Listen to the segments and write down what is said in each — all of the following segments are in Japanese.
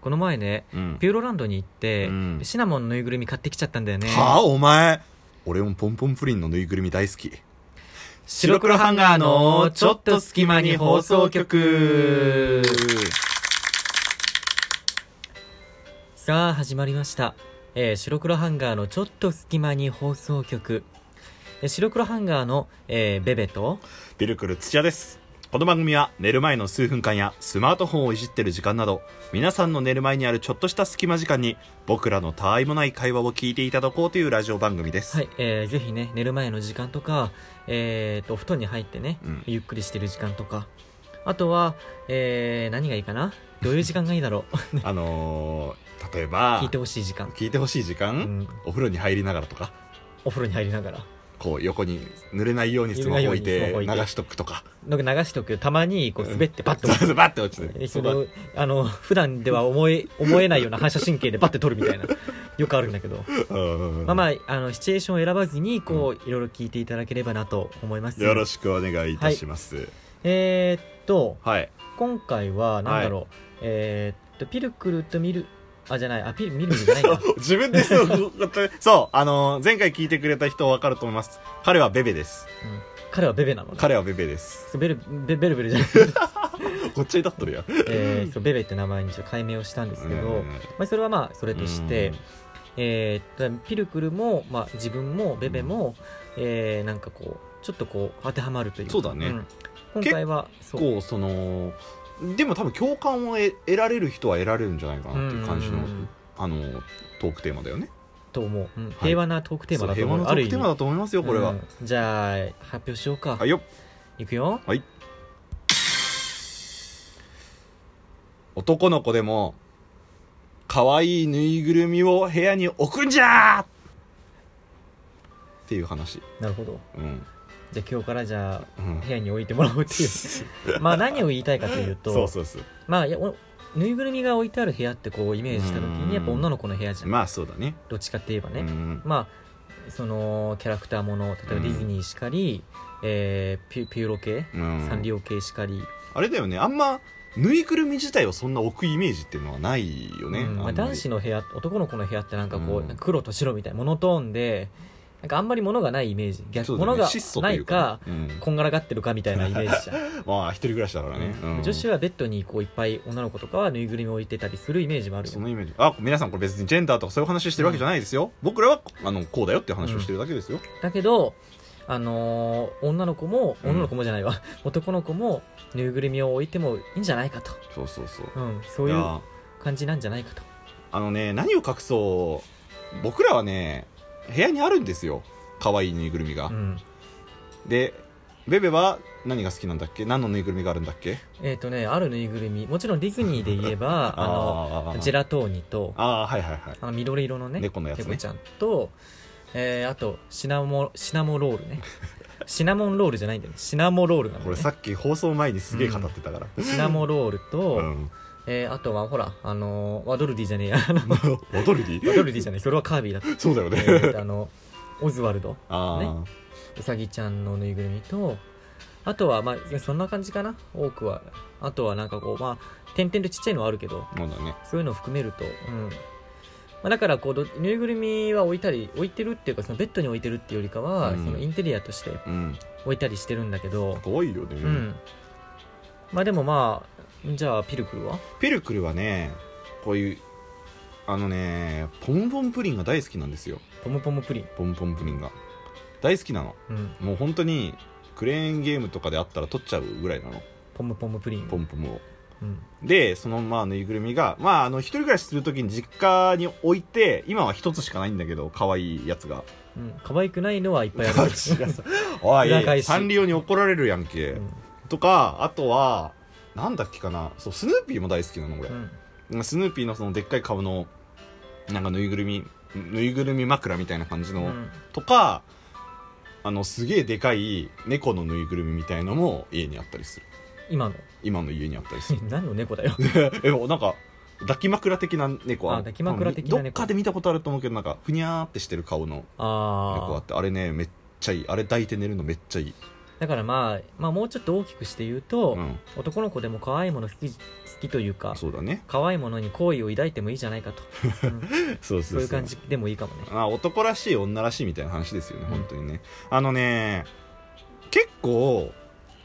この前ねうんピューロランドに行って、うんシナモンのぬいぐるみ買ってきちゃったんだよねはあお前俺もポンポンプリンのぬいぐるみ大好き白黒ハンガーのちょっと隙間に放送局さあ始まりました、えー白黒ハンガーのちょっと隙間に放送局えー白黒ハンガーの、えーベベとビルクル土屋ですこの番組は寝る前の数分間やスマートフォンをいじってる時間など皆さんの寝る前にあるちょっとした隙間時間に僕らのたわいもない会話を聞いていただこうというラジオ番組です、はい、えーぜひね寝る前の時間とか、えー、とお布団に入ってね、うんゆっくりしてる時間とかあとは、えー何がいいかなどういう時間がいいだろあのー、例えうば聞いてほしい時間、聞いてほしい時間、うん、お風呂に入りながらとかお風呂に入りながらこう横に濡れないようにスマホ置濡れないいてようにスマホ置い流てしとくとかなんか流しておくよたまにこう滑ってバッと、とバッて落ちてえるそれをあの普段では思え思えないような反射神経でバッて撮るみたいなよくあるんだけどまあマまああのシチュエーションを選ばずにこういろいろ聞いていただければなと思いますよろしくお願いいたしますえー、っとはい今回はなんだろう、えー、っとピルクルとミルあじゃないあピルミルじゃない か自分でそう 動かってそうあの前回聞いてくれた人分かると思います彼はベベです彼はベベなの彼はベベですそうベルベベルベルじゃない、こっちに立っとるやんえー、そうベベって名前にちょっと改名をしたんですけど、うんまあ、それはまあそれとして、うんえー、ピルクルも、まあ、自分もベベも、えー、なんかこうちょっとこう当てはまるというかそうだねん今回はそうこうそのでも多分共感を得得られる人は得られるんじゃないかなっていう感じのうんうんうんあのトークテーマだよねと思う、うん平和なトークテーマだとそう平思和う、のトあるー意ク味テーマだと思いますよこれは、うんじゃあ発表しようか、はいよいくよはい男の子でも可愛いぬいぐるみを部屋に置くんじゃーっていう話なるほどうん、じゃあ今日からじゃあうん部屋に置いてもらおうっていう まあ何を言いたいかというとそうそうそうまあいやおぬいぐるみが置いてある部屋ってこうイメージした時にやっぱ女の子の部屋じゃんまあそうだねどっちかって言えばね、うんまあそのキャラクターもの例えばディズニーしかり、えーピュピューロ系、うんサンリオ系しかり、あれだよねあんまぬいぐるみ自体をそんな置くイメージっていうのはないよね、うんまあ、男子のの部屋男の子の部屋ってなんかこう、うんなんか黒と白みたいなモノトーンでなんかあんまり物がないイメージ逆、そうだね物が質素とないいうかかうんこんがらがってるかみたいなイメージじゃん、まあ一人暮らしだからね、うん女子はベッドにこういっぱい女の子とかはぬいぐるみ置いてたりするイメージもあるよそのイメージあ皆さんこれ別にジェンダーとかそういう話してるわけじゃないですよ、僕らはあのこうだよっていう話をしてるだけですよ、だけどあのー女の子もうん女の子もじゃないわ、男の子もぬいぐるみを置いてもいいんじゃないかと、そうそうそううん、そういいうや感じなんじゃないかとあのね何を隠そう僕らはね部屋にあるんですよ可愛いぬいぐるみが、うんでベベは何が好きなんだっけ何のぬいぐるみがあるんだっけえっ、とねあるぬいぐるみもちろんディズニーで言えばあのジェララトーニとあーはいはいはいあの緑色のね猫のやつね猫ちゃんと、えーあとシナモシナモロー ルねシナモンロールじゃないんだよねシナモロールなのこれねさっき放送前にすげえ語ってたから、シナモロールと、うん、えーあとはほらあのーワドルディじゃねえや あのワ踊るドルディじゃないそれはカービィだった、 そうだよえね、ーとあのオズワルドああ、うさぎちゃんのぬいぐるみとあとはまあそんな感じかな多くはあとはなんかこうまあ点々とちっちゃいのはあるけどそうだねそういうのを含めると、うんまあ、だからこうどぬいぐるみは置いたり置いてるっていうかそのベッドに置いてるっていうよりかは、うんそのインテリアとしてうん置いたりしてるんだけど、可愛いよね、うんまあでもまあじゃあピルクルはピルクルはねこういうあのねポンポンプリンが大好きなんですよポムポムプリン、ポンポンプリンが大好きなのうん、もう本当にクレーンゲームとかであったら取っちゃうぐらいなのポムポムプリンポンポンをうんでそのまあぬいぐるみがまああの一人暮らしするときに実家に置いて今は一つしかないんだけど可愛いやつ がうん、可愛くないのはいっぱいある、お裏返いしサンリオに怒られるやんけ、うんとかあとはなんだっけかなそうスヌーピーも大好きなの俺う、んスヌーピーのそのでっかい顔のなんかぬいぐるみぬいぐるみ枕みたいな感じの、うんとかあのすげえでかい猫のぬいぐるみみたいのも家にあったりする今の 今の家にあったりする何の猫だ よ えなんか抱き枕的な猫あの抱き枕的な猫どっかで見たことあると思うけどなんかふにゃーってしてる顔の猫ああってあれねめっちゃいいあれ抱いて寝るのめっちゃいいあだからまあ、まあ、もうちょっと大きくして言うと、うん、男の子でも可愛いもの好き好きというかそう だね可愛いものに好意を抱いてもいいじゃないかと、うんそうそそういうそうう感じでもいいかもねあ男らしい女らしいみたいな話ですよね、うん本当にねあのね結構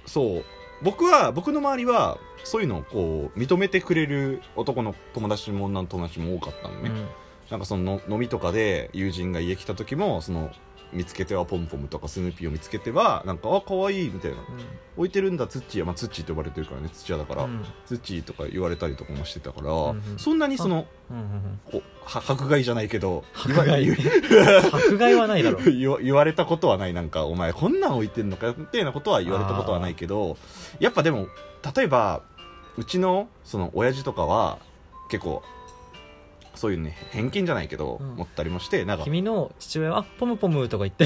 そう僕は僕の周りはそういうのをこう認めてくれる男の友達も女の友達も多かったのね、うんなんかその飲みとかで友人が家来た時もその見つけてはポンポムとかスヌーピーを見つけてはなんかあ可愛いみたいな置いてるんだツッチーまあツッチーと呼ばれてるからね土屋だから、うんツッチーとか言われたりとかもしてたから、んうんそんなにそのうんうんうんこうは迫害じゃないけど迫害言わ迫害はないだろ 言わ言われたことはないなんかお前こんなん置いてんのかみたいなことは言われたことはないけどやっぱでも例えばうちのその親父とかは結構そういうね偏見じゃないけど、うん持ったりもしてなんか君の父親はあポムポムとか言って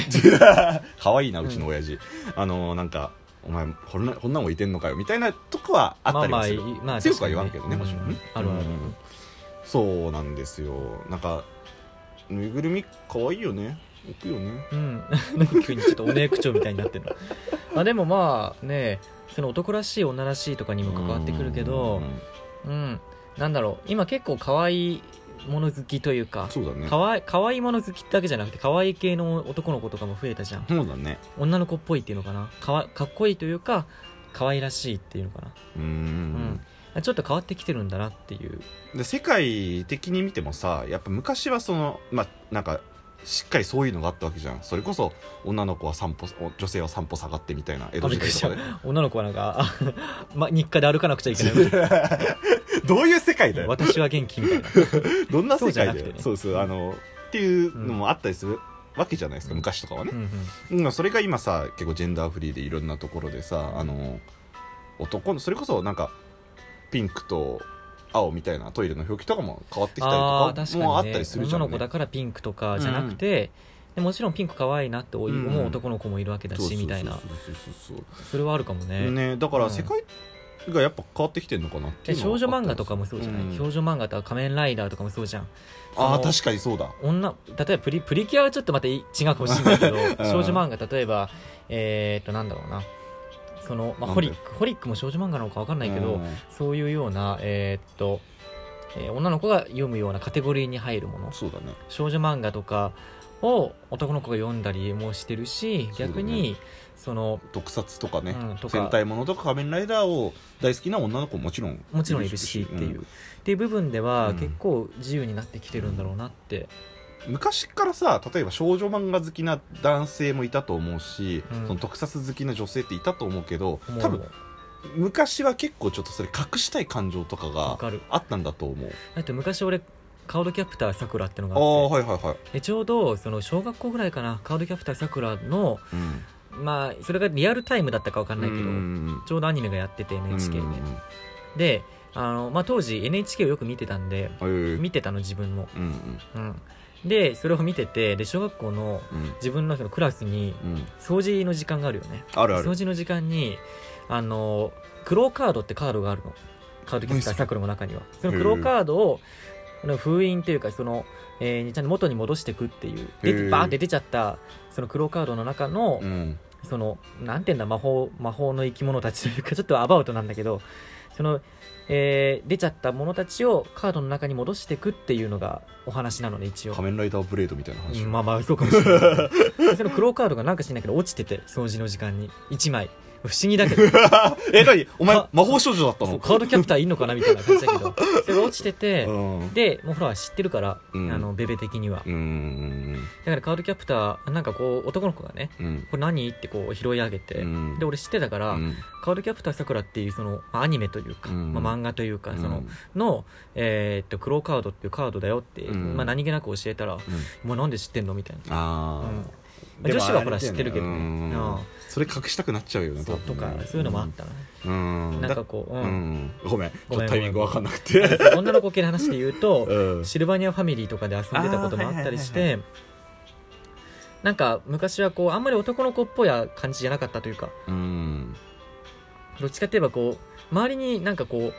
可愛いなうちの親父、あのーなんかお前こんなこんなん置いてんのかよみたいなとこは あったりもする、まあまあいまあ強くは言わんけどねも確ちかろにんねうんあるあるあねるうんそうなんですよなんかぬいぐるみ可愛いよね置くよねうんなんか急にちょっとお姉口調みたいになってるの まあでもまあねその男らしい女らしいとかにも関わってくるけどうんうんなんだろう今結構可愛いもの好きというかそうだね可愛い可愛いもの好きだけじゃなくて可愛い系の男の子とかも増えたじゃんそうだね女の子っぽいっていうのかなかわかっこいいというか可愛らしいっていうのかなううんん、ちょっと変わってきてるんだなっていうで世界的に見てもさやっぱ昔はそのまあなんかしっかりそういうのがあったわけじゃんそれこそ女の子は散歩女性は散歩下がってみたいな江戸時代とかで 女の子はなんか あま日課で歩かなくちゃいけないどういう世界だ よ私は元気みたいなどんなそう世界だよじゃなくてねそうそうあのっていうのもあったりするわけじゃないですか、昔とかはねう、んうんうん、それが今さ結構ジェンダーフリーでいろんなところでさあの男のそれこそなんかピンクと青みたいなトイレの表記とかも変わってきたりああとーか確もかあっにたねりするじゃ女ん、ねの子だからピンクとかじゃなくて、でもちろんピンク可愛いなって思う男の子もいるわけだし、みたいなそうそうそうそうそれはあるかもそうねねだから世界がやっぱ変わってきてるのかなってえいうの少は女漫画とかもそうじゃない、うん少女漫画とか仮面ライダーとかもそうじゃんあそあの確かにそうだ女例えばプリプリキュアはちょっとまたい違うかもしれないけど、少女漫画例えばえー、っとなんだろうなその、まあ、なんだよホリックホリックも少女漫画なのか分かんないけど、うんそういうようなえー、っと、えー女の子が読むようなカテゴリーに入るものそうだね少女漫画とかを男の子が読んだりもしてるしそうだね逆にその特撮とかね、うんとか戦隊ものとか仮面ライダーを大好きな女の子ももちろんもちろんいるしっていう、んっていう部分でうはん結構自由になってきてるんだろうなって、昔からさ例えば少女漫画好きな男性もいたと思うし、うんその特撮好きな女性っていたと思うけどもう多分昔は結構ちょっとそれ隠したい感情とかわがかるあったんだと思うだって昔俺カードキャプターさくらってのあがあーあっはいはいはい、てでちょうどその小学校ぐらいかなカードキャプターさくらのうん、まあそれがリアルタイムだったかわかんないけど、うんちょうどアニメがやってて NHK で、うんうんうんであの、まあ、当時 NHK をよく見てたんでえー見てたの自分も、うんうんうん、でそれを見ててで小学校のうん自分のそのクラスにうん掃除の時間があるよねあるあ掃る除の時間にあのクローカードってカードがあるのカードキャプターサークルの中にはそのクローカードをあの封印というかその、えーちゃんと元に戻していくっていうでへーバーって出ちゃったそのクローカードの中の、うんそのなんていうんだ魔法魔法の生き物たちというかちょっとアバウトなんだけどその、えー出ちゃったものたちをカードの中に戻していくっていうのがお話なので一応仮面ライダーブレードみたいな話、うんまあまあそうかもしれないけどそのクローカードがなんかしないけど落ちてて掃除の時間に1枚不思議だけど え何お前か魔法少女だったそうのカードキャプターいんのかなみたいな感じだけどそれが落ちてて、うんでもうほら知ってるから、うんあのベベ的にはうんうんだからカードキャプターなんかこう男の子がねうんこれ何ってこう拾い上げて、うんで俺知ってたから、うんカードキャプターさくらっていうそのまあアニメというか、うんまあ漫画というかその、うんの、えーっとクローカードっていうカードだよって、うんまあ、何気なく教えたら「お前なんで知ってんの?」みたいな、あうんあ、まあ女子はほら知ってるけどねでもあれだよねうんそれ隠したくなっちゃうよねそうとかそういうのもあったな、たうんなんかだこう、ううんんごめんちょごめっとんタイミングわかんなく て女の子系の話で言うと、うんシルバニアファミリーとかで遊んでたこともあったりして、あーはなんか昔はこうあんまり男の子っぽい感じじゃなかったというかうんどっちかって言えばこう周りになんかこう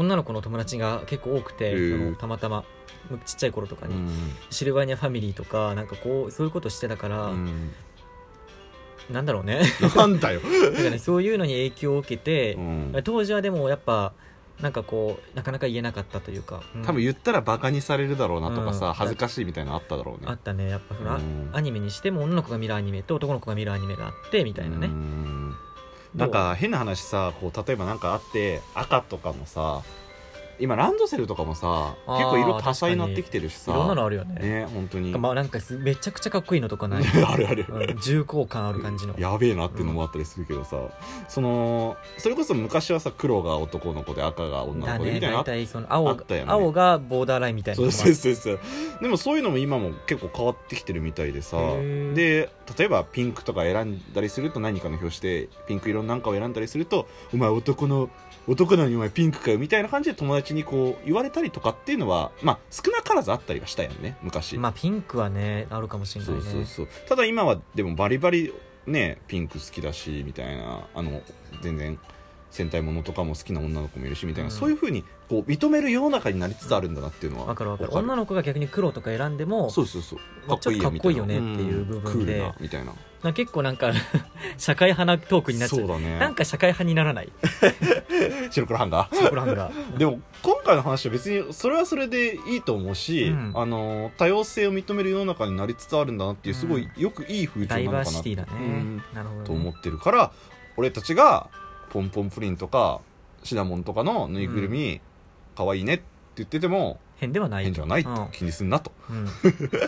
女の子の友達が結構多くて、へーそのたまたまちっちゃい頃とかうに、んシルバニアファミリーとかなんかこうそういうことしてたから、うんなんだろうね なんだよ、だからねそういうのに影響を受けてう、ん、当時はでもやっぱなんかこうなかなか言えなかったというか、うん多分言ったらバカにされるだろうなとかさ、うん恥ずかしいみたいなのあっただろうねあったねやっぱその、あうんアニメにしても女の子が見るアニメと男の子が見るアニメがあってみたいなね、うんなんか変な話さこう例えばなんかあって赤とかもさ今ランドセルとかもさあー結構色多彩になってきてるいしさろんなのあるよねね本当に、まあなんかすめちゃくちゃかっこいいのとかない、 あるある、うん重厚感ある感じのやべえなっていうのもあったりするけどさ、そのそれこそ昔はさ黒が男の子で赤が女のだ子でねみたいなの大あった体その青あが、ったよね青がボーダーラインみたいなそうのそうそうそうでもそういうのも今も結構変わってきてるみたいでさへーで例えばピンクとか選んだりすると何かの表紙でピンク色なんかを選んだりすると「お前男の男なのにお前ピンクかよ」みたいな感じで友達にこう言われたりとかっていうのはまあ少なからずあったりはしたよね昔、まあピンクはねあるかもしれないそうねそうそうただ今はでもバリバリねピンク好きだしみたいなあの全然戦隊ものとかも好きな女の子もいるしみたいな、うんそういうふうにこう認める世の中になりつつあるんだなっていうのはわかるわかるわ女の子が逆に黒とか選んでもそうそうそうまあよちょっとかっこいいよみたなねっていう部分でんクールなみたいななんか結構なんか 社会派なトークになっちゃうそうだなんねか社会派にならない白黒ハ ンガーそこらんがでも今回の話は別にそれはそれでいいと思うし、うんあの多様性を認める世の中になりつつあるんだなっていうすごいよくいい風潮ダなイのかなバーってシティだねうんなるほど、ね、と思ってるから俺たちがポンポンプリンとかシナモンとかのぬいぐるみ可愛いねって言ってても変ではない変じゃないとうん気にすんなとうん、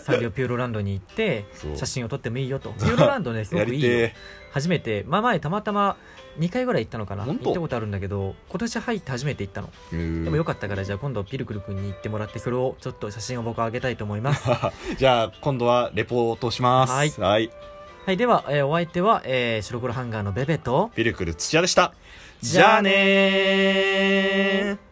サンリオピューロランドに行ってそう写真を撮ってもいいよとピューロランドねすご やくいりいよて初めて、まあ、前たまたま2回ぐらい行ったのかな行っほんとたことあるんだけど今年入って初めて行ったのえうんでもよかったからじゃあ今度ピルクル君に行ってもらってそれをちょっと写真を僕あげたいと思いますじゃあ今度はレポートしますはいはいはいでは、えーお相手は、えー白黒ハンガーのベベとビルクル土屋でしたじじゃゃああねー